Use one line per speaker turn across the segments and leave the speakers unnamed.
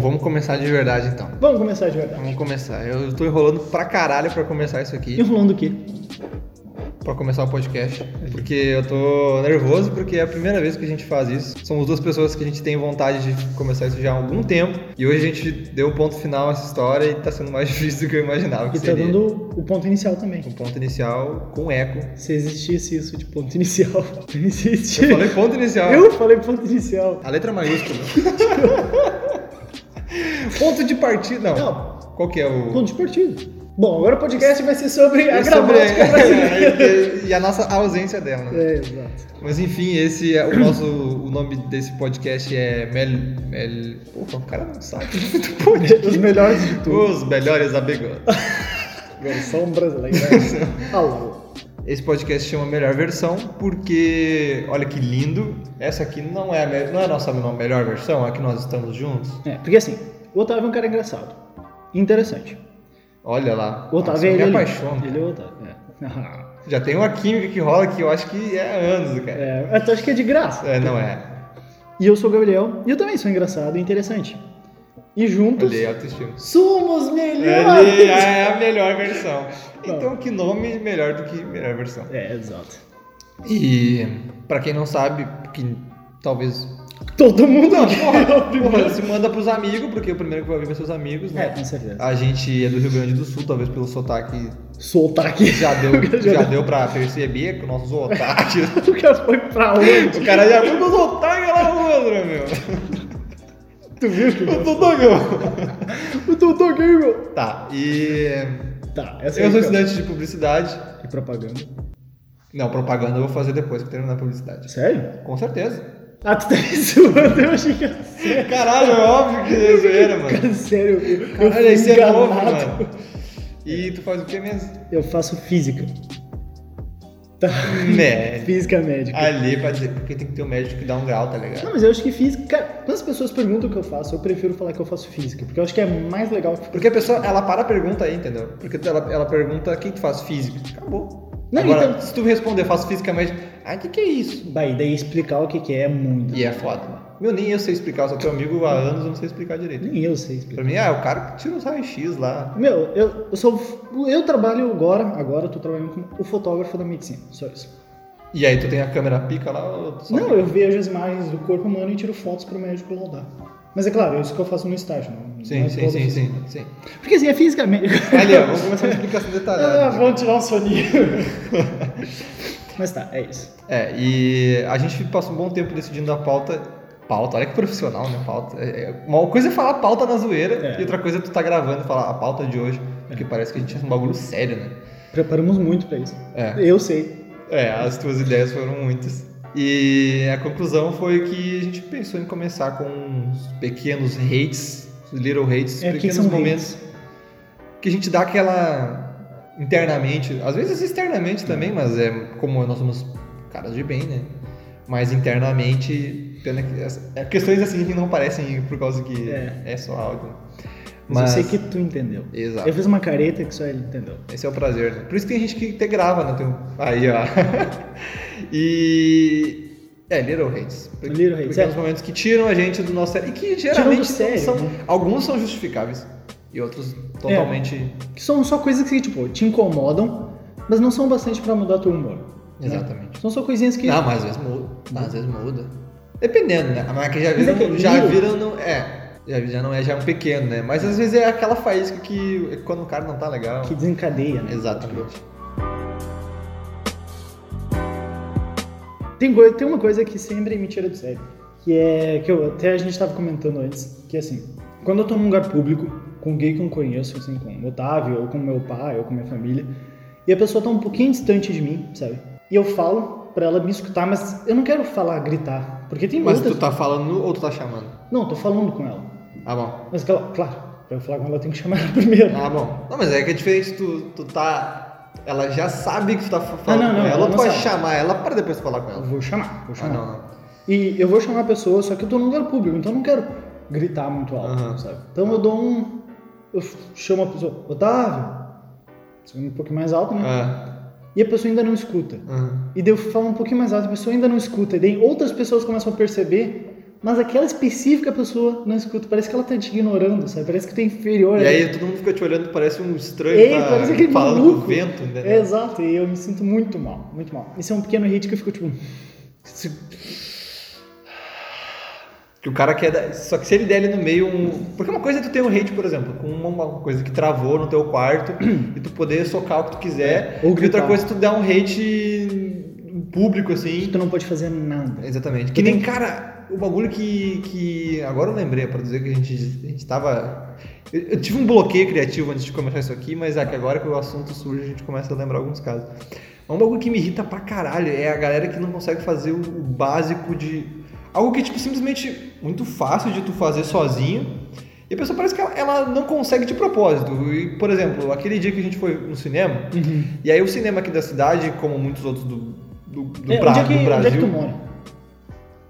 vamos começar de verdade então.
Vamos começar de verdade.
Vamos começar. Eu tô enrolando pra caralho pra começar isso aqui,
Enrolando o quê?
pra começar o podcast. Porque eu tô nervoso, porque é a primeira vez que a gente faz isso. Somos duas pessoas que a gente tem vontade de começar isso já há algum tempo. E hoje a gente deu o ponto final a essa história e tá sendo mais difícil do que eu imaginava. Que
E tá
seria
dando o ponto inicial também.
um ponto inicial com eco.
Se existisse isso de ponto inicial, não existe.
Eu falei tá. ponto inicial.
Eu falei ponto inicial.
A letra maiúscula. ponto de partida. Não.
Não.
Qual que é o.
Ponto de partida. Bom, agora o podcast vai ser sobre a
É
gramática né? brasileira.
sobre- e a nossa ausência dela, né?
É, exato.
Mas enfim, esse é o nosso. O nome desse podcast é Mel. Mel. Porra, o cara não sabe muito podcast.
Os melhores de tudo.
Os melhores amigos.
Versão brasileira. né? Alô.
Esse podcast chama Melhor Versão porque, olha que lindo, essa aqui não é a, me- não é a nossa melhor versão, é a que nós estamos juntos.
É, porque assim, o Otávio é um cara engraçado. Interessante.
Olha lá.
O Otávio
Nossa, eu
é
me
ele.
apaixono.
Ele é o Otávio. É.
Já tem uma química que rola que eu acho que é há anos, cara.
é, eu acho que é de graça.
É, não é.
E eu sou o Gabriel, e eu também sou engraçado e interessante. E juntos
Olhei é autoestima.
somos melhores!
Ele é a melhor versão.
Não.
Então, que nome melhor do que melhor versão?
É, exato.
E pra quem não sabe, que talvez.
Todo mundo
Não,
aqui é o
porra,
primeiro.
porra, se manda pros amigos, porque o primeiro que vai ouvir vai ser os amigos,
É,
né?
com certeza.
A gente é do Rio Grande do Sul, talvez pelo sotaque
Soltar aqui.
já deu,
Eu já
já
dei.
deu pra perceber que o nosso sotaque.
O cara foi pra onde?
o cara já viu que o sotaque era outro, meu.
Tu viu? que
O Dodogão.
O Doutor Gamer.
Tá, e.
Tá, essa
Eu
aí
sou
que
estudante de publicidade.
E propaganda.
Não, propaganda eu vou fazer depois que terminar a publicidade.
Sério?
Com certeza.
Ah, tu tá me zoando, eu achei que era sério.
Caralho, é óbvio que é zoeira, mano.
Cara, sério, eu, eu
Caralho,
fui
isso é novo,
enganado.
mano. E tu faz o que mesmo?
Eu faço física. Tá.
Né.
Física médica.
Ali pra dizer, porque tem que ter um médico que dá um grau, tá ligado?
Não, mas eu acho que física. Cara, quando as pessoas perguntam o que eu faço, eu prefiro falar que eu faço física, porque eu acho que é mais legal.
Porque a pessoa, ela para a pergunta aí, entendeu? Porque ela, ela pergunta, quem tu faz física? Acabou.
Não,
Agora,
então-
se tu responder, faço fisicamente, ah, o que que é isso?
Bah, e daí explicar o que, que é muito.
E é foda, mano. Meu, nem eu sei explicar, eu sou teu amigo há anos, eu não sei explicar direito.
Nem eu sei explicar.
Pra mim, ah, é o cara que tira os raio-x lá.
Meu, eu, eu sou. Eu trabalho agora, agora eu tô trabalhando como o fotógrafo da medicina, só isso.
E aí tu tem a câmera pica lá, ou tu só
não, eu vejo as imagens do corpo humano e tiro fotos pro médico laudar. Mas é claro, é isso que eu faço no estágio, não. não
Sim,
é
sim,
todo
sim,
físico.
sim, sim.
Porque assim, é física médica.
Ali, ó, vamos começar a explicação
ah,
detalhada.
vamos tirar um soninho. Mas tá, é isso.
É, e a gente passa um bom tempo decidindo a pauta. Pauta, olha que profissional, né? Pauta. É, é- Uma coisa é falar pauta na zoeira
É.
e outra coisa é tu tá gravando e falar a pauta de hoje, porque parece que a gente fez um bagulho sério, né?
Preparamos muito pra isso.
É.
Eu sei.
É, as tuas ideias foram muitas. E a conclusão foi que a gente pensou em começar com uns pequenos hates, little hates,
É, que
pequenos
são
momentos que a gente dá aquela internamente, às vezes externamente também, mas é como nós somos caras de bem, né? Mas internamente, pena que- é, questões assim que não parecem por causa que é,
É.
só áudio.
Mas,
Mas, Tá.
eu sei que tu entendeu.
exato.
Eu fiz uma careta que só ele entendeu.
Esse é o prazer, né? Por isso que tem gente que até grava, né? Tem um- Aí, ó. e. É, Little Hates. Porque-
Little hates,
Porque
é.
os momentos que tiram a gente do nosso sério. E que geralmente
do sério,
são.
né? É.
Alguns são justificáveis. E outros totalmente.
Que são só coisas que, tipo, te incomodam, mas não são bastante pra mudar teu humor. né?
Exatamente.
São só coisinhas que.
Não, mas às vezes muda. Mas às vezes muda. Dependendo, né? Mas que já
Mas é
viram.
que é
já
little.
viram. Não, é. Já, já não é já é um pequeno, né? Mas às vezes é aquela faísca que quando o cara não tá legal.
que desencadeia, né?
Exatamente.
Tem, coi- tem uma coisa que sempre me tira do sério, que é que eu, até a gente tava comentando antes, que é assim, quando eu tô num lugar público, com alguém que eu não conheço, assim, com o Otávio, ou com meu pai, ou com minha família, e a pessoa tá um pouquinho distante de mim, sabe? E eu falo pra ela me escutar, mas eu não quero falar, gritar, porque tem
Mas
outras...
tu tá falando ou tu tá chamando?
Não, eu tô falando com ela.
Ah, bom.
Mas que ela, claro, pra eu falar com ela eu tenho que chamar ela primeiro.
Ah, bom. Não, mas é que é diferente, tu, tu tá. Ela já sabe que tu tá fa-
Ah,
falando
não, não,
com ela,
ela
ou tu
não
vai
sabe.
chamar ela para depois falar com
Eu
ela.
vou chamar, vou
Ah,
chamar.
não, não.
E eu vou chamar a pessoa, só que eu tô num lugar público, então eu não quero gritar muito alto,
Aham.
sabe? Então eu dou um. Eu chamo a pessoa, Otávio! Sou um pouquinho mais alto, né?
Ah,
E a pessoa ainda não escuta.
ah.
E daí eu falo um pouquinho mais alto, a pessoa ainda não escuta. E daí outras pessoas começam a perceber mas aquela específica pessoa não escuta. Parece que ela tá te ignorando, sabe? Parece que tu é inferior.
E
a
aí todo mundo fica te olhando, parece um estranho
Ei,
tá
parece aquele
falando
maluco.
com o vento, né?
É, exato, e eu me sinto muito mal, muito mal. Isso é um pequeno hit que eu fico tipo. se-
Que o cara quer dar... Só que se ele der ali no meio um... Porque uma coisa é tu ter um hate, por exemplo, com uma, uma coisa que travou no teu quarto e tu poder socar o que tu quiser. e
Ou
outra
gritar.
coisa é tu dar um hate público, assim.
Tu não pode fazer nada.
Exatamente. Que nem, cara, o bagulho que, que. Agora eu lembrei, é pra dizer que a gente, a gente tava. Eu, eu tive um bloqueio criativo antes de começar isso aqui, mas é que agora que o assunto surge, a gente começa a lembrar alguns casos. Um bagulho que me irrita pra caralho é a galera que não consegue fazer o, o básico de. Algo que, tipo, simplesmente muito fácil de tu fazer sozinho. E a pessoa parece que ela, ela não consegue de propósito. E, por exemplo, aquele dia que a gente foi no cinema,
Uhum.
e aí o cinema aqui da cidade, como muitos outros do, do, do,
É,
Bra-
onde, é que,
do Brasil.
onde é que tu mora?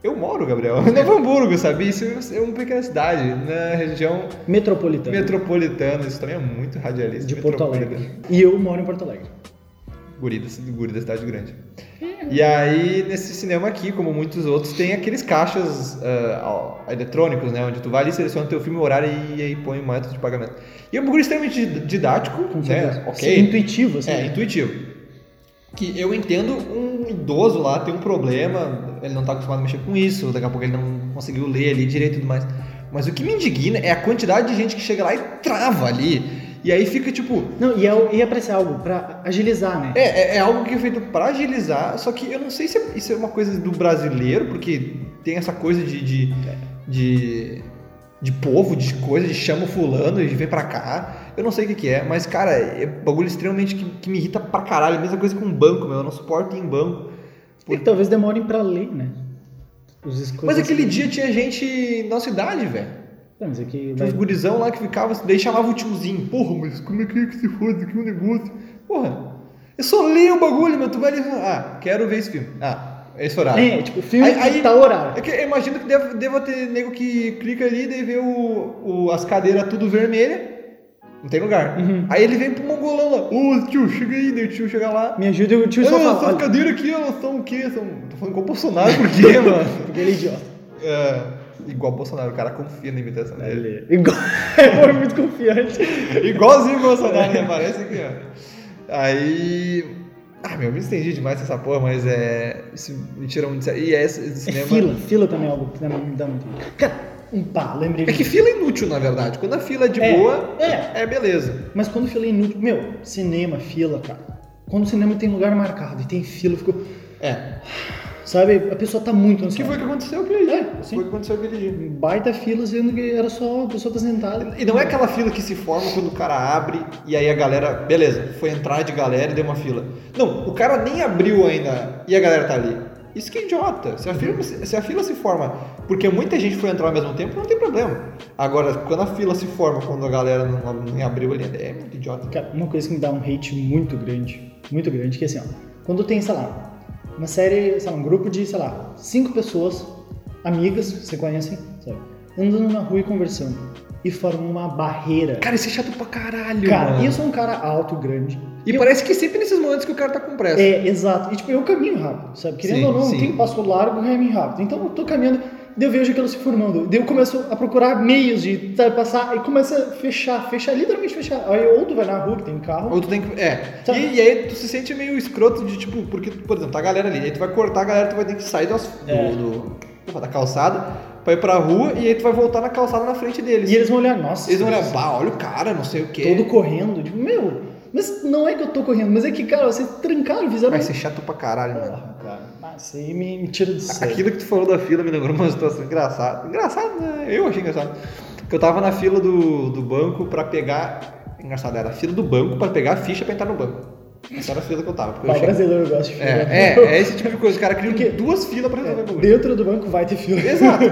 Eu moro, Gabriel, em Novo Hamburgo, sabe? Isso é uma pequena cidade, na região
Metropolitano.
metropolitana. Isso também é muito radialista.
Tá. de Porto
metropolitana.
Alegre. E eu moro em Porto Alegre.
Guri da, guri da cidade grande. E aí, nesse cinema aqui, como muitos outros, tem aqueles caixas ah, ó, eletrônicos, né? Onde tu vai ali, seleciona teu filme, horário e, aí põe o método de pagamento. E é um bagulho extremamente did- didático, né?
certeza.
Ok.
Intuitivo, assim.
É, intuitivo. Que eu entendo um idoso lá tem um problema, ele não tá acostumado a mexer com isso, daqui a pouco ele não conseguiu ler ali direito e tudo mais. Mas o que me indigna é a quantidade de gente que chega lá e trava ali. E aí fica tipo.
Não, e é, e é pra ser algo, pra agilizar, né?
É, é, é algo que é feito pra agilizar, só que eu não sei se é- isso é uma coisa do brasileiro, porque tem essa coisa de. de, de, de povo, de coisa, de chama o fulano e vem pra cá. Eu não sei o que, que é, mas, cara, é bagulho extremamente que, que me irrita pra caralho. A mesma coisa com banco, meu. Eu não suporto ir em banco.
E talvez demorem pra ler, né? Os escolhas.
Mas aquele dia tinha gente da nossa idade, velho.
Não, mas aqui
Tinha
vai...
uns gurizão lá que ficava, daí chamava o tiozinho. Porra, mas como é que é que se foda que um negócio? Porra, eu só leio o bagulho, mas tu vai ali. e fala, Ah, quero ver esse filme. Ah, é esse horário.
É, tipo, filme
Aí- aí-
que tá horário.
É que eu imagino que deva, deva ter nego que clica ali e vê o, o- as cadeiras tudo vermelha. Não tem lugar.
Uhum.
Aí ele vem pro mongolão lá. Ô tio, chega aí, daí o tio chega lá.
Me ajuda, o tio só
"Ah,
fala.
essas
olha,
cadeiras aqui, elas são o quê? São... Tô falando igual o Bolsonaro, por quê, mano?
Porque ele é idiota.
É, igual o Bolsonaro, o cara confia na imitação dele.
Igual... Eu fui muito confiante.
Igualzinho o Bolsonaro, né? Parece aqui, ó. Aí. Ah, meu, me estendi demais com essa porra, mas é. Isso me tira muito. de sério. E é esse, esse
É
cinema.
fila, fila também é algo que também me dá muito. Cara, um pá, lembrei.
É que fila é inútil, na verdade. Quando a fila é de
É,
boa,
é.
beleza.
Mas quando fila é inútil. Meu, cinema, fila, cara. Quando o cinema tem lugar marcado e tem fila, ficou.
É.
Sabe, a pessoa tá muito
O que
ansiosa.
foi que aconteceu aquele dia?
É, sim.
Foi o que aconteceu aquele dia.
Baita fila, sendo que era só a pessoa tá sentada.
E não é aquela fila que se forma quando o cara abre e aí a galera, beleza, foi entrar de galera e deu uma fila. Não, o cara nem abriu ainda e a galera tá ali. Isso que é idiota. Se a, fila, se a fila se forma porque muita gente foi entrar ao mesmo tempo, não tem problema. Agora, quando a fila se forma quando a galera não, nem abriu ali, é muito idiota.
Cara, uma coisa que me dá um hate muito grande, muito grande, que é assim, ó. Quando tem, sei lá, uma série, sei lá, um grupo de, sei lá, cinco pessoas, amigas, que você conhece, sabe? Andando na rua e conversando. E formam uma barreira.
Cara, isso é chato pra caralho.
Cara,
mano.
e eu sou um cara alto, grande.
E parece que é sempre nesses momentos que o cara tá com pressa.
É, exato. E tipo, eu caminho rápido, sabe? Querendo
Sim,
ou não,
sim.
tem passo largo, eu caminho rápido. Então eu tô caminhando, daí eu vejo aquilo se formando. Daí eu começo a procurar meios de sabe, passar e começa a fechar, fechar, literalmente fechar. Aí ou tu vai na rua que tem carro.
Ou tu tem que. É.
Tá.
E, e aí tu se sente meio escroto de tipo, porque, por exemplo, tá a galera ali, aí tu vai cortar a galera, tu vai ter que sair das- do,
É.
do- porra, da calçada pra ir pra rua e aí tu vai voltar na calçada na frente deles.
E eles vão olhar, nossa,
Eles vão olhar, bah, é." olha o cara, não sei o quê.
todo correndo. Tipo, meu, mas não é que eu tô correndo, mas é que, cara, vocês trancaram, fizeram. um
Vai ser chato pra caralho, mano.
Porra, cara. Ah, isso aí me, me tira do céu.
Aquilo que tu falou da fila me lembrou uma situação engraçada. Engraçado, né? Eu achei engraçado. Que eu tava na fila do, do banco pra pegar. Engraçado, era a fila do banco pra pegar a ficha pra entrar no banco. Essa era a fila que eu tava. porque eu
O
achei-
brasileiro gosta de filme.
É, é, é esse tipo de coisa. O cara cria
Porque-
duas filas pra resolver o bagulho.
Dentro do banco vai ter filme.
Exato.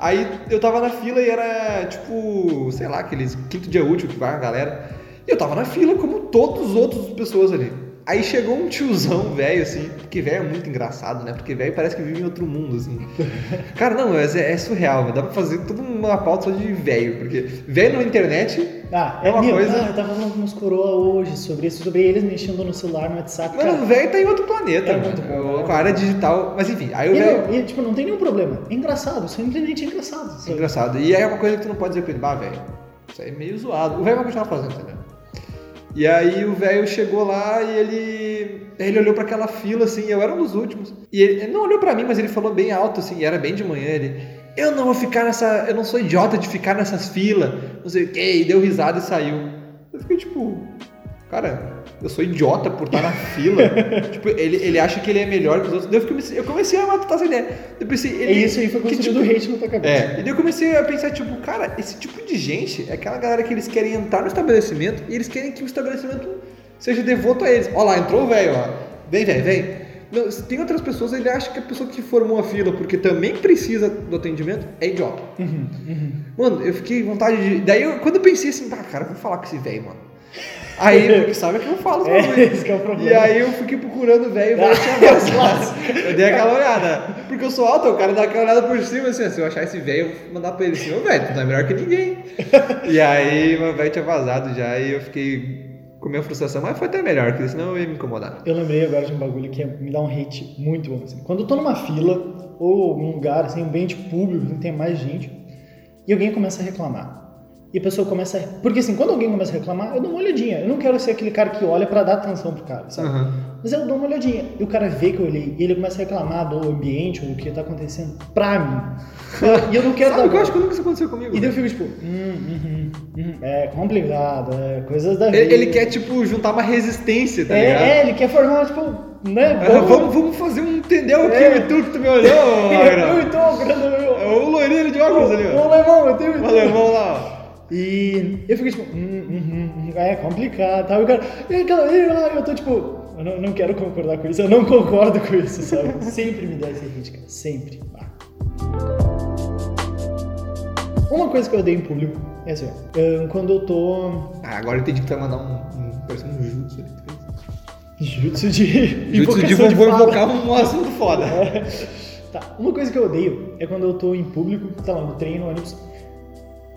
Aí eu tava na fila e era tipo, sei lá, aqueles quinto dia útil que vai a galera. E eu tava na fila como todos os outros pessoas ali. Aí chegou um tiozão velho, assim, porque velho é muito engraçado, né? Porque velho parece que vive em outro mundo, assim. Cara, não, mas é, é surreal, velho. dá pra fazer toda uma pauta só de velho, porque velho na internet
Ah,
É uma
meu,
coisa-
cara, eu tava falando com uns coroa hoje sobre isso, sobre eles mexendo no celular, no WhatsApp. cara.
Mano, o velho tá em outro planeta,
É
mano.
muito bom,
O-
né?
Com a área digital. Mas enfim, aí o
E,
velho.
não, e, tipo, não tem nenhum problema. É engraçado, simplesmente é engraçado. sabe?
Engraçado. E aí é uma coisa que tu não pode dizer pra ele, bah, velho. Isso aí é meio zoado. O velho vai continuar fazendo, entendeu? E aí o velho chegou lá e ele. Ele olhou pra aquela fila, assim, eu era um dos últimos. E ele, ele não olhou pra mim, mas ele falou bem alto, assim, e era bem de manhã, ele. Eu não vou ficar nessa. Eu não sou idiota de ficar nessas filas. Não sei o quê. E deu risada e saiu. Eu fiquei tipo. Cara, eu sou idiota por estar na fila. tipo, ele, ele acha que ele é melhor que os outros. Daí Eu, fiquei- eu comecei a matar essa ideia. Eu pensei,
E
ele,
isso aí foi
que
construído
tipo-
hate na tua cabeça.
é, e daí eu comecei a pensar, tipo, cara, esse tipo de gente é aquela galera que eles querem entrar no estabelecimento e eles querem que o estabelecimento seja devoto a eles. Ó lá, entrou o velho, ó. Vem, velho, vem. Não, se tem outras pessoas, ele acha que a pessoa que formou a fila porque também precisa do atendimento é idiota.
Uhum, uhum.
Mano, eu fiquei vontade de. Daí eu, quando eu pensei assim, tá, cara, eu vou falar com esse velho, mano. Aí, porque sabe que eu falo os
É,
bagulho.
esse que é o problema.
E aí eu fiquei procurando o velho, o velho tinha várias classes. Eu dei aquela olhada. Porque eu sou alto, o cara dá aquela olhada por cima, assim, ó, se eu achar esse velho, eu vou mandar pra ele assim, ô velho, tu não é melhor que ninguém. E aí o velho tinha vazado já e eu fiquei com minha frustração, mas foi até melhor, porque senão eu ia me incomodar.
Eu lembrei agora de um bagulho que me dá um hate muito bom. assim. Quando eu tô numa fila ou num lugar, assim, um ambiente público, que tem mais gente, e alguém começa a reclamar. E a pessoa começa a... Porque assim, quando alguém começa a reclamar, eu dou uma olhadinha. Eu não quero ser aquele cara que olha pra dar atenção pro cara, sabe?
Aham.
Mas eu dou uma olhadinha. E o cara vê que eu olhei e ele começa a reclamar do ambiente ou do que tá acontecendo pra mim. E eu não quero
Sabe
dar
o que eu acho é que nunca isso aconteceu comigo?
é E daí eu fico tipo, hum, uhum, uhum, é complicado, é coisas da vida.
Ele, ele quer, tipo, juntar uma resistência, tá
é,
ligado?
é, ele quer formar, tipo, né?
Ah, vamos, vamos fazer um entendeu aqui,
É.
o tu que tu me olhou,
Eu
Agra.
então, grande meu.
É o loirinho de óculos ali,
O
ó.
alemão, eu tenho.
O alemão lá,
E eu fico tipo, hum, uhum, uhum, é complicado, tal. E o cara, e aquela- e lá, eu tô tipo, eu não, não quero concordar com isso, eu não concordo com isso, sabe? sempre me dá esse hate, cara, sempre. Ah. Uma coisa que eu odeio em público é assim, ó, ahn, quando eu tô
ó. Ah, agora eu entendi que tu vai mandar um. um parece um jutsu ali.
Jutsu de.
Jutsu de
invocação
vou
fala.
invocar um assunto foda.
Tá, uma coisa que eu odeio é quando eu tô em público, sei lá, no trem, no ônibus,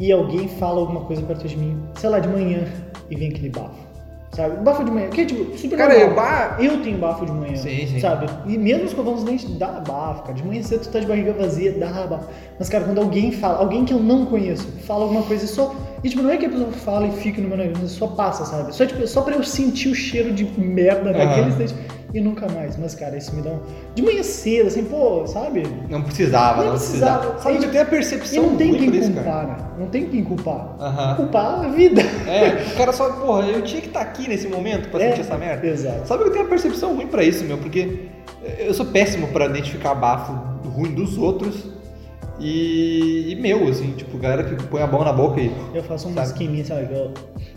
e alguém fala alguma coisa perto de mim, sei lá, de manhã, e vem aquele bafo. Sabe? Bafo de manhã, que é tipo, super
Cara,
normal.
eu ba-
Eu tenho bafo de manhã,
Sim, sim.
sabe? E mesmo escovando os dentes, dá bafo, cara. De manhã cedo tu tá de barriga vazia, dá bafo. Mas, cara, quando alguém fala, alguém que eu não conheço, fala alguma coisa e só... E, tipo, não é que a pessoa fala e fica no meu nariz, mas só passa, sabe? Só, tipo, só pra eu sentir o cheiro de merda
Aham.
naquele instante e nunca mais. Mas, cara, isso me dá um... De manhã cedo, assim, pô, sabe?
Não precisava,
Não
não precisava.
precisava.
Sabe, tu tem a
E
percepção
não tem
ruim
quem
por isso, cara. Ah.
culpar, né? Não tem quem culpar.
Aham.
Culpar a vida.
É, o cara só, porra, eu tinha que estar aqui nesse momento pra
É,
sentir essa merda.
Exato.
Sabe que eu tenho uma percepção ruim pra isso, meu, porque eu sou péssimo pra identificar bafo ruim dos outros e, e meu, assim, tipo, galera que põe a mão na boca e
Eu faço um
Sabe?
esqueminha, sabe? que Eu...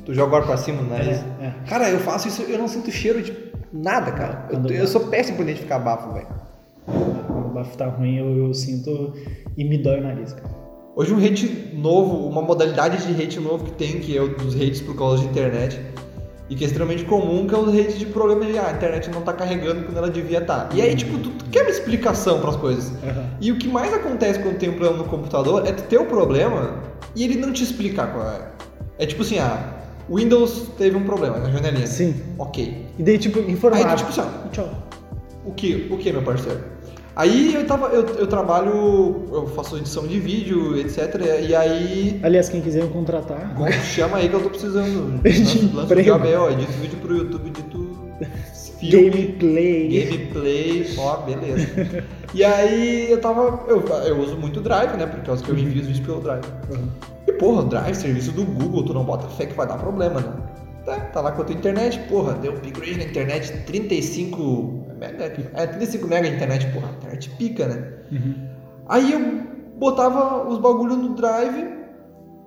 tu joga o ar pra cima né? no nariz.
É, é.
Cara, eu faço isso, eu não sinto cheiro de nada, cara. Eu,
Quando
eu sou péssimo pra identificar bafo, velho.
Quando o bafo tá ruim, eu, eu sinto e me dói o nariz, cara.
Hoje um hate novo, uma modalidade de hate novo que tem, que é o dos hates por causa de internet, e que é extremamente comum, que é o hate de problema de, ah, a internet não tá carregando quando ela devia estar. E aí, tipo, tu tu quebra explicação pras coisas. E o que mais acontece quando tem um problema no computador é tu ter o problema e ele não te explicar qual é. É tipo assim, ah, Windows teve um problema na janelinha.
Sim.
Ok.
E daí, tipo,
Aí tu
informado.
tipo assim, ó,
Tchau.
o que? O que, meu parceiro? Aí eu tava, eu, eu trabalho, eu faço edição de vídeo, etc. E aí,
Aliás, quem quiser me contratar.
bom, chama aí que eu tô precisando. né?
De
Lança- Lança o
emprego.
job aí, ó, edito vídeo pro YouTube, edito filme,
Gameplay.
gameplay, ó, beleza. E aí eu tava, eu, eu uso muito Drive, né, por causa que eu envio os vídeos pelo Drive.
Uhum.
E porra, Drive, serviço do Google, tu não bota fé que vai dar problema, né? Tá, tá lá com a tua internet, porra, deu upgrade na internet, 35 mega, é 35 mega de internet, porra, a internet pica, né?
Uhum.
Aí eu botava os bagulho no drive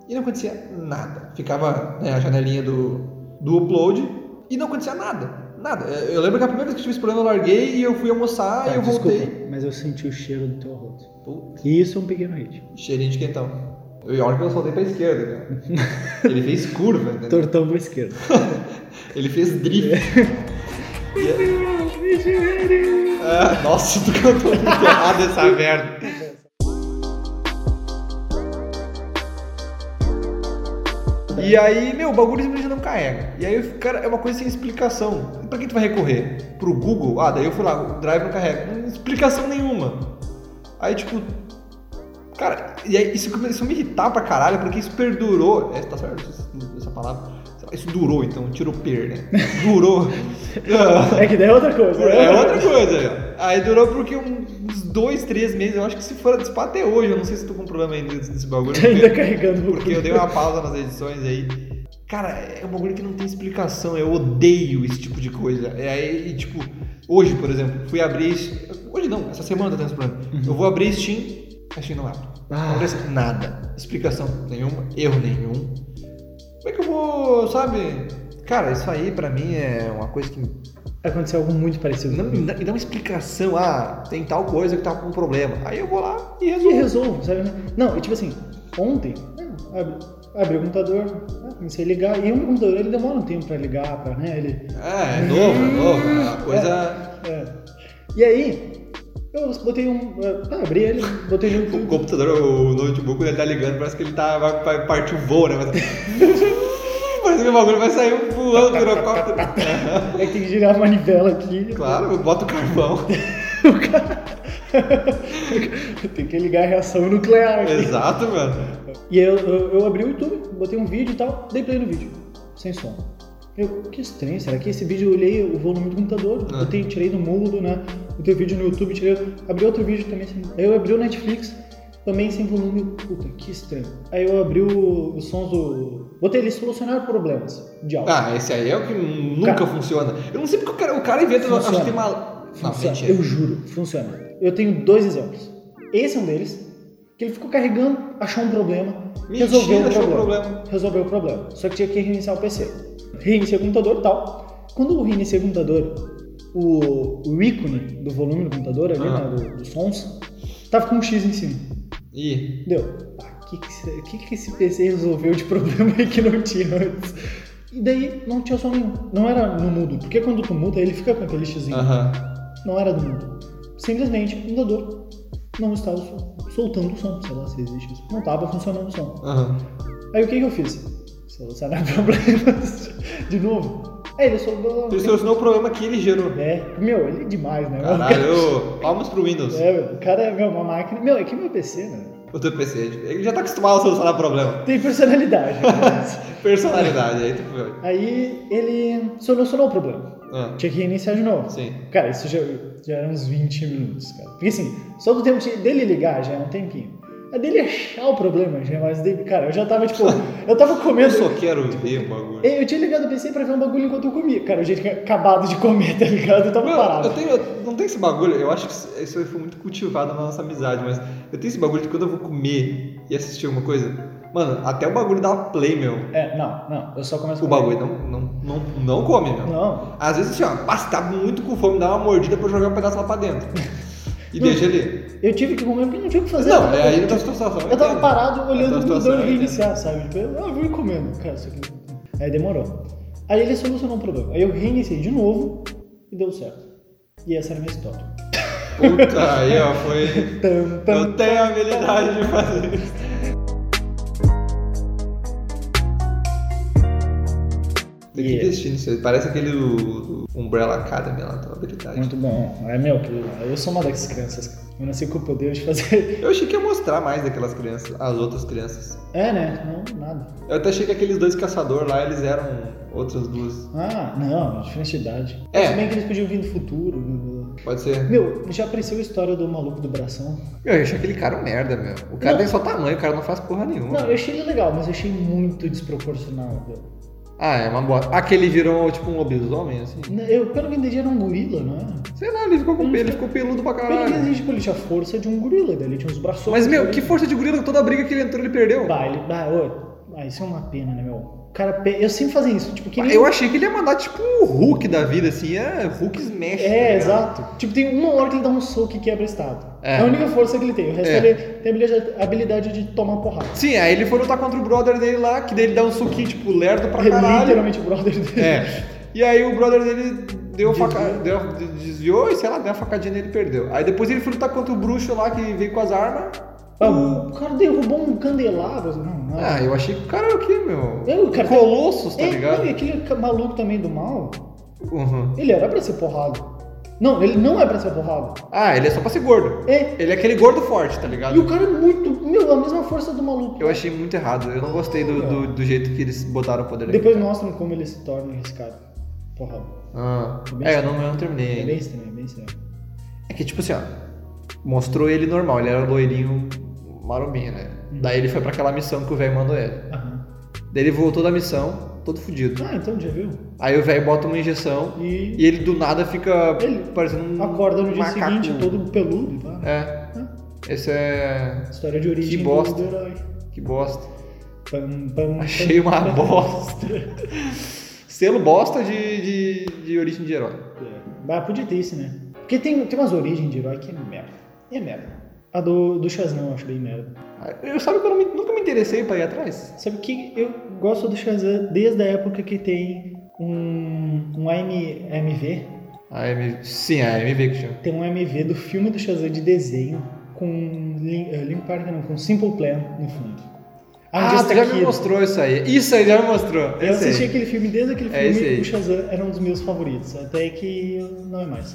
e não acontecia nada. Ficava né, a janelinha do, do upload e não acontecia nada. Nada. Eu lembro que a primeira vez que eu tive esse problema eu larguei e eu fui almoçar e
Tá,
eu voltei.
Desculpa, mas eu senti o cheiro do teu rosto.
Pô,
E isso é um pequeno hate.
cheirinho de quentão. E a hora que eu soltei pra esquerda, né? Ele fez curva, né?
Tortão pra esquerda.
Ele fez drift. Ah, nossa, tu cantou muito errado essa merda. E aí, meu, o bagulho simplesmente não carrega. E aí, cara, é uma coisa sem explicação. Pra que tu vai recorrer? Pro Google? Ah, daí eu fui lá, o Drive não carrega. Não, explicação nenhuma. Aí, tipo... Cara, e aí, isso começou a me irritar pra caralho, porque isso perdurou... É, tá certo essa palavra? Isso durou, então, tirou per, né? Durou. Ah.
É que daí é outra coisa. né?
É outra coisa. aí, ó. Aí durou porque um- uns dois, três meses. Eu acho que se for dispar até hoje, eu não sei se tô com um problema ainda desse desse bagulho.
Ainda
porque-
carregando o
Porque eu dei uma pausa nas edições aí. Cara, é um bagulho que não tem explicação. Eu odeio esse tipo de coisa. É aí, e, tipo, hoje, por exemplo, fui abrir. Hoje não, essa semana tá tendo esse problema. Eu vou abrir Steam, a Steam não abre.
Uhum. Ah.
Não aparece nada. Explicação nenhuma, erro nenhum. Como é que eu vou, sabe? Cara, isso aí pra mim é uma coisa que
Aconteceu algo muito parecido.
não, me dá- me dá uma explicação, ah, tem tal coisa que tá com um problema. Aí eu vou lá e
E
resolvo.
resolvo, sabe? Não, e tipo assim, ontem, ah, abri, abri o computador, ah, comecei a ligar, e o meu computador ele demora um tempo pra ligar, pra, né? Ele,
É, é novo, é novo. é uma coisa.
é. E aí, eu botei um. Ah, abri ele, botei no
O
YouTube.
computador, o notebook, quando ele tá ligando, parece que ele tá, vai, vai partir o voo, né? Vai- parece que o bagulho vai sair voando do helicóptero. É,
Aí tem é que girar a manivela aqui.
claro, bota o carvão.
tem que ligar a reação nuclear aqui.
Exato, mano.
E eu, eu, eu abri o YouTube, botei um vídeo e tal, dei play no vídeo, sem som. Eu, que estranho, será que esse vídeo eu olhei o volume do computador,
Ah.
botei, tirei do mudo, né? O teu vídeo no YouTube, tirei, abri outro vídeo também sem. Aí eu abri o Netflix, também sem volume, eu, puta, que estranho. Aí eu abri o, os sons do. Botei ele solucionar problemas de áudio.
Ah, esse aí é o que nunca
Cara.
funciona. Eu não sei porque o cara, o cara inventa. Acho que
Funciona.
tem uma. Não,
Funciona,
mentira.
eu juro, funciona. Eu tenho dois exemplos. Esse é um deles, que ele ficou carregando, achou um problema,
Mentira,
resolveu o
achou o
problema,
problema.
Resolveu o problema. Só que tinha que reiniciar o PC. Reiniciei o computador e tal. Quando eu reiniciei o computador, o, o ícone do volume do computador ali,
Ah.
né, do- dos sons, tava com um X em cima.
Ih,
Deu. O que, que, esse- que que esse PC resolveu de problema aí que não tinha antes? E daí não tinha som nenhum. Não era no mudo. Porque quando tu muda, ele fica com aquele xzinho
aham.
não era do mundo. Simplesmente o computador não estava sol- soltando o som, sei lá se existe isso. Não estava funcionando o som.
Aham.
Aí o que, que eu fiz? Solucionar problemas de novo. Aí ele soltou.
Ele solucionou o problema que ele gerou.
É, meu, ele é demais, né?
Caralho, palmas pro Windows.
É, meu, o cara é meu, uma máquina. Meu, é que meu PC, né?
O teu PC, ele já tá acostumado a solucionar problema.
Tem personalidade. né?
Personalidade, aí tu foi.
Aí ele solucionou o problema.
Ah,
Tinha que reiniciar de novo.
sim.
Cara, isso já, já era uns 20 minutos, cara. Porque assim, só do tempo de- dele ligar já é um tempinho. A dele achar o problema já é mais. de- Cara, eu já tava tipo. eu tava
Eu
comendo.
só quero ver o bagulho.
Eu tinha ligado o PC pra ver um bagulho enquanto eu comia. Cara, eu já tinha acabado de comer, tá ligado? Eu tava
Meu,
parado.
eu tenho, eu- não tem esse bagulho, eu acho que isso- isso aí foi muito cultivado na nossa amizade, mas eu tenho esse bagulho de quando eu vou comer e assistir alguma coisa, mano, até o bagulho da play, meu.
É, não, não. Eu só começo
O
comer.
bagulho não, não, não, não come, meu.
Não.
Às vezes assim, ó, pá, se tá muito com fome, dá uma mordida pra jogar um pedaço lá pra dentro. E deixa ele.
Eu tive que comer porque não tinha o que fazer.
Não, é aí da situação.
Eu tava parado olhando
Essa
o
situação
computador
aí, né?
reiniciar, sabe? Tipo, eu, ah, eu vou ir comendo. Cara, isso aqui. Aí demorou. Aí ele solucionou o problema. Aí eu reiniciei de novo e deu certo. E essa era a minha história.
Puta, aí ó, foi.
Tam, tam.
Eu tenho a habilidade de fazer isso. Tem que
Yeah.
investir nisso aí. Parece aquele do- do Umbrella Academy lá, tua habilidade.
Muito bom. É meu, eu sou uma dessas crianças. cara. Eu nasci com o poder de fazer.
Eu achei que ia mostrar mais daquelas crianças, as outras crianças.
É, né? Não, nada.
Eu até achei que aqueles dois caçadores lá, eles eram outras duas.
Ah, não, diferente de idade.
É.
Se bem que eles podiam vir do futuro. blá, blá, blá.
Pode ser.
Meu, já apareceu a história do maluco do bração.
Meu, eu achei aquele cara um merda, meu. O cara
Não.
tem só tamanho, o cara não faz porra nenhuma.
Não, eu achei ele legal, mas eu achei muito desproporcional. meu.
Ah, é uma boa. Aquele virou tipo um lobisomem, assim.
Eu, pelo que eu entendi, era um gorila, não era?
Sei lá, ele ficou com
Ele
pelo, ele
fica-
ficou peludo pra
Pelo que
caralho.
existe, tipo, ele tinha a força de um gorila, daí ele tinha os braços.
Mas, meu, que força de gorila, toda a briga que ele entrou, ele perdeu.
Bah, ele. Bah, ô, ah, isso é uma pena, né, meu? O cara. pe- Eu sempre fazia isso. Tipo, que nem.
Eu achei que ele ia mandar tipo o Hulk da vida, assim, é Hulk Smash. tá
É,
ligado?
exato. Tipo, tem uma hora que ele dá um soco e quebra o estado.
É.
É. a única força que ele tem. O resto
É.
ele tem a habilidade- a habilidade de tomar porrada.
Sim, aí ele foi lutar contra o brother dele lá, que dele dá um soquinho, tipo, lerdo pra
Ele é
caralho.
literalmente o brother dele.
É. E aí o brother dele deu
Desviou.
faca, deu, desviou e sei lá, deu uma facadinha nele e perdeu. Aí depois ele foi lutar contra o bruxo lá que veio com as armas.
Ah, o cara derrubou um candelabro. Não, não.
Ah, eu achei que o cara é o quê, meu?
Eu, cara, tá-
Colossos, tá
É,
ligado?
não, e aquele ca- maluco também do mal,
Uhum.
ele era pra ser porrado. Não, ele não é pra ser porrado.
Ah, ele é só pra ser gordo.
É.
Ele é aquele gordo forte, tá ligado?
E o cara é muito. Meu, a mesma força do maluco.
Eu achei muito errado. Eu não gostei do, do, do jeito que eles botaram o poder dele.
Depois mostram como ele se torna um esse cara. Porrado.
Ah,
Bem
é, eu não, eu não terminei
É
ainda.
bem estranho, é bem estranho.
É que, tipo assim, ó, mostrou ele normal, ele era loirinho marombinho, né? Daí ele foi pra aquela missão que o velho mandou ele.
Aham.
Daí ele voltou da missão, todo fudido.
Ah, então já viu?
Aí o velho bota uma injeção
E
e ele do nada fica
Ele
parecendo um
acorda no dia
macaco.
seguinte todo peludo. Tá?
É,
Ah,
esse é...
História de origem
Que bosta.
do herói.
que bosta.
Pam, pam,
Achei
pam,
uma
pam.
bosta. Selo bosta de, de, de origem de herói.
É. Mas podia ter isso, né? Porque tem, tem umas origens de herói que é merda. É merda. A do, do Shazam eu acho bem merda.
Eu sabe que eu não me- nunca me interessei pra ir atrás?
Sabe que eu gosto do Shazam desde a época que tem um, um AM, AMV.
A M... Sim, a MV que chama.
Tem um AMV do filme do Shazam de desenho com Lin- eh, Linkin Park não, com Simple Plan no fundo. I'm
Ah,
just
tu
a
já
kid.
me mostrou isso aí. Isso aí já me mostrou.
Eu
Esse aí.
assisti aquele filme, desde aquele
É
filme
esse aí.
o Shazam era um dos meus favoritos, até que não é mais.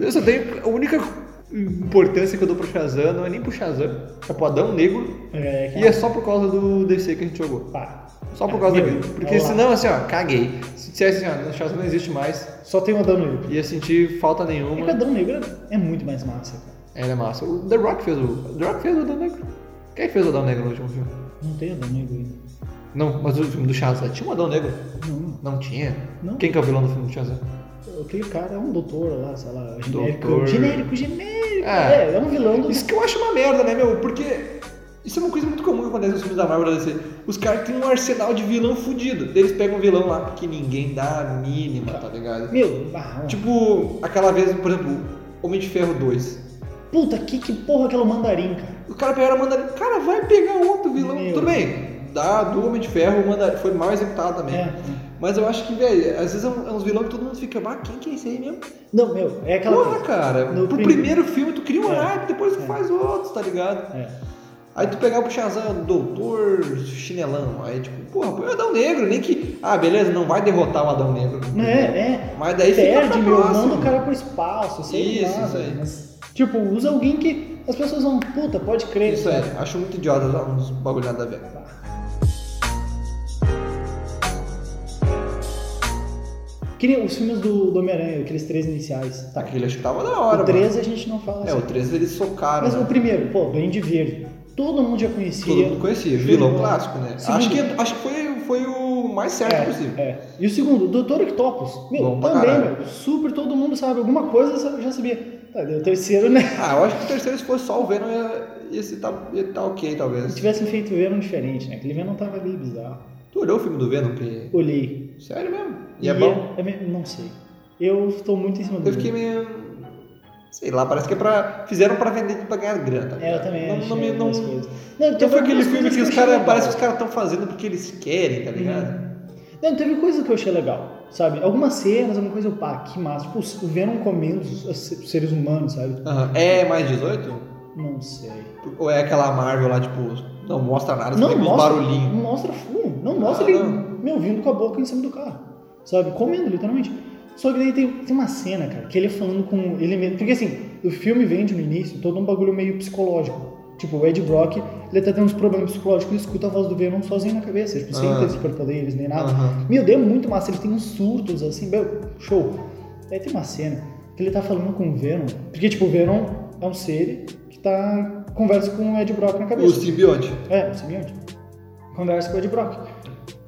Eu só tenho. A única importância que eu dou pro Shazam não é nem pro Shazam, é pro Adão Negro.
é,
E é só por causa do DC que a gente jogou.
pá.
Só por causa
Meu,
daquilo. Porque
É, vamos lá.
senão, assim, ó, caguei. Se dissesse assim, ó, no Shazam não existe mais,
Só tem o Adão Negro.
ia sentir falta
É que o
nenhuma.
Adão Negro é muito mais massa, cara.
Ela é massa. O The Rock fez o. The Rock fez o Adão Negro. Quem fez o Adão Negro no último filme?
Não tem Adão Negro ainda.
Não, mas o filme do Shazam tinha um Adão Negro?
Não,
Não tinha?
Não.
Quem que é o vilão do filme do Shazam?
aquele cara é um doutor lá, sei lá, genérico.
Doutor.
Genérico, genérico.
É.
É, é um vilão do.
Isso que eu acho uma merda, né, meu? Porque isso é uma coisa muito comum que acontece nos filmes da Marvel da DC. Os caras têm um arsenal de vilão fudido. Daí Eles pegam um vilão lá que ninguém dá a mínima, tá ligado?
Meu, ah,
Tipo, aquela vez, por exemplo, Homem de Ferro 2.
puta, que, que porra aquela mandarim, cara.
O cara pegaram o mandarim. Cara, vai pegar outro vilão.
Meu.
Tudo bem. Da, do Homem de Ferro, o mandarim foi mal executado também.
É.
Mas eu acho que, velho, às vezes é, um, é uns vilão que todo mundo fica, ah, quem que é esse aí mesmo?
Não, meu, é aquela.
Porra,
coisa.
cara,
No
pro
primeiro-
primeiro filme tu cria um
É.
hype, depois tu
É.
faz outros, tá ligado?
É.
Aí tu pegava pro Shazam, doutor chinelão, aí tipo, porra, põe o Adão Negro, nem que. Ah, beleza, não vai derrotar o Adão Negro.
É, é.
Mas daí fica
Perde,
pra
meu,
próxima.
manda o cara pro espaço, sei
Isso,
lá.
isso aí.
Mas, tipo, usa alguém que as pessoas vão, puta, pode crer.
Isso é, acho muito idiota usar uns bagulho nada a ver.
Que nem os filmes do, do Homem-Aranha, aqueles três iniciais. Tá,
Aquele acho que tava da hora, mano.
o 3 a gente não fala assim.
É, o 3 eles socaram.
Mas
né?
o primeiro, pô, Duende Verde. Todo mundo já conhecia.
Todo mundo conhecia, vilão clássico, né?
Segundo.
Acho que, acho que foi, foi o mais certo
É,
possível.
é. E o segundo, Doutor Octopus. Meu,
Bom pra
também,
caralho.
meu. Super, todo mundo sabe. Alguma coisa sabe- já sabia. Tá, daí o terceiro, né?
Ah, eu acho que o terceiro, se fosse só o Venom, ia, ia, se tá, ia tá ok,
Se
talvez.
tivessem feito o Venom diferente, né? Aquele Venom tava meio bizarro.
Tu olhou o filme do Venom? Que...
Olhei.
Sério mesmo? E é bom?
é meio- não sei. Eu tô muito em cima do
Eu fiquei
Venom.
meio. Sei lá, parece que é pra. Fizeram pra vender e pra ganhar grana. tá
É, eu também
ligado?
achei
não, não, me- não,
algumas
não,
coisas. Uhum. Não, teve
foi aquele
algumas
filme
coisas
que os
eu achei
caras.
legal.
Parece que os caras estão fazendo porque eles querem, tá ligado?
Não, teve coisa que eu achei legal, sabe? Algumas cenas, alguma coisa, eu, pá, que massa. Tipo, o Venom comendo os, os seres humanos, sabe?
Aham. É mais 18?
Não sei.
Ou é aquela Marvel lá, tipo, não mostra nada, só
Não
tem uns
mostra,
barulhinhos.
não mostra fumo, não mostra
Ah,
ele
não.
meu vindo com a boca em cima do carro, sabe? Comendo, literalmente. Só que daí tem, tem uma cena, cara, que ele falando com ele mesmo. Porque assim, o filme vende no início todo um bagulho meio psicológico. Tipo, o Ed Brock, ele tá tendo uns problemas psicológicos, ele escuta a voz do Venom sozinho na cabeça, tipo, sem
Ah.
ter superpoderes nem nada.
Aham.
Meu Deus, é muito massa, ele tem uns surtos assim, meu, show. Daí tem uma cena que ele tá falando com o Venom, porque tipo, o Venom é um ser que tá conversa com o Ed Brock na cabeça.
O simbionte.
É, um simbionte. Conversa com o Ed Brock.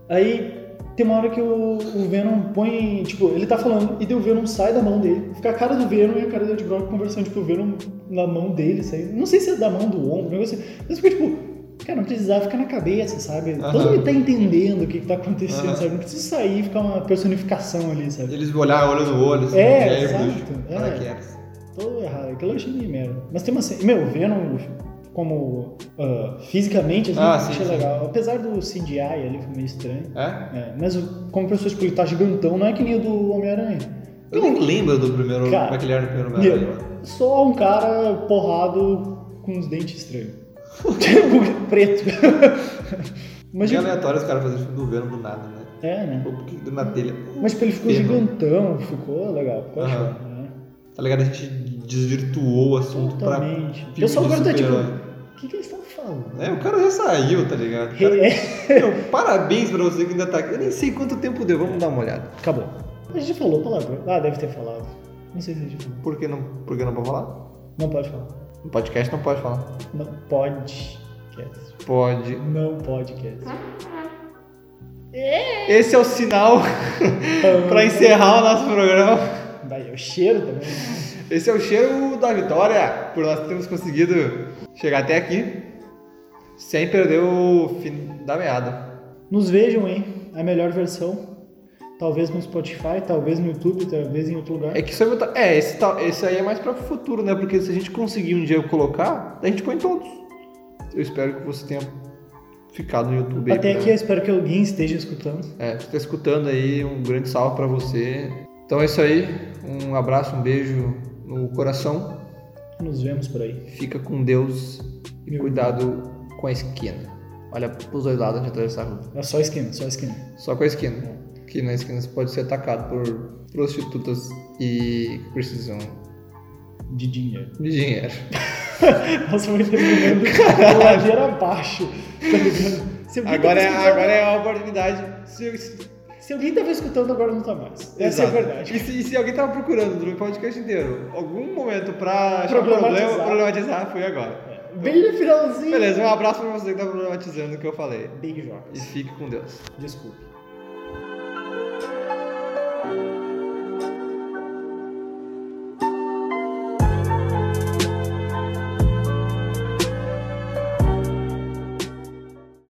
Aí tem uma hora que o, o Venom põe. Tipo, ele tá falando, e daí o Venom sai da mão dele. Fica a cara do Venom e a cara do Ed Brock conversando, tipo, o Venom na mão dele, saindo. Não sei se é da mão do ombro, um negócio assim. Mas fica tipo. Cara, não precisava ficar na cabeça, sabe? Todo
Aham.
mundo tá entendendo o que, que tá acontecendo,
Aham.
sabe? Não precisa sair e ficar uma personificação ali, sabe?
Eles olharam olho no olho, assim,
É,
e aí,
exato,
bruxo.
é.
Para que era.
Todo errado. Aquilo é eu achei meio merda. Mas tem uma cena. Meu, o Venom, como ah, fisicamente, assim,
Ah,
eu
sim,
achei
sim.
legal. Apesar do CGI ali, foi meio estranho. né?
É?
É, mas o- como pessoa, tipo, ele tá gigantão, não é que nem o do Homem-Aranha.
Eu nem lembro do primeiro.
Cara,
como é que ele era no primeiro
Meu,
Homem-Aranha, mano.
só um cara porrado com os dentes estranhos. tipo, preto.
Meio
Imagina.
aleatório os caras fazendo filme do Venom do nada, né?
É, né?
Pô, por que na telha.
Mas tipo, ele ficou
Tema.
gigantão, ficou legal. Ficou
Aham.
show, né?
Tá ligado? A gente desvirtuou o assunto pra.
Totalmente.
filme
Eu só
de
agora tá tipo,
super-herói.
o que, que eles estão falando?
É, o cara já saiu, tá ligado? O cara-
É.
Meu, parabéns pra você que ainda tá aqui. Eu nem sei quanto tempo deu, vamos dar uma olhada.
Acabou. A gente falou palavrão. Ah, deve ter falado. Não sei se a gente falou.
Por que não, por que não pode falar?
Não pode falar.
No podcast não pode falar.
Não pode. Cast.
Pode.
Não pode, cast.
Ah. Esse é o sinal pra encerrar o nosso programa.
Daí é o cheiro também.
Esse é o cheiro da vitória, por nós termos conseguido chegar até aqui sem perder o fim da meada.
Nos vejam, hein? A melhor versão. Talvez no Spotify, talvez no YouTube, talvez em outro lugar.
É que isso é, muita- é esse, tal- esse aí é mais para o futuro, né? Porque se a gente conseguir um dia colocar, a gente põe todos. Eu espero que você tenha ficado no YouTube. aí,
Até
né?
aqui eu espero que alguém esteja escutando.
É, você tá escutando aí, um grande salve pra você. Então é isso aí, um abraço, um beijo no coração.
Nos vemos por aí.
Fica com Deus e
Meu
cuidado com a esquina. Olha pros dois lados antes de atravessar a rua.
É só esquina, só esquina.
Só com a esquina. Que na esquina você pode ser atacado por prostitutas e que precisam
De dinheiro.
de dinheiro.
Nossa, foi terminando a ladeira abaixo. Tá ligado? Se alguém
Agora é,
tava escutando-
agora é a oportunidade. Se, se-
Se alguém tava escutando, agora não tá mais. Essa é a
Exato.
verdade.
E se, e se alguém tava procurando durante o podcast inteiro algum momento pra achar um
Problematizar.
problema, problematizar, foi agora.
Bem no finalzinho.
Beleza, um abraço pra você que tá problematizando o que eu falei.
Big
E
Jocas.
fique com Deus.
Desculpe.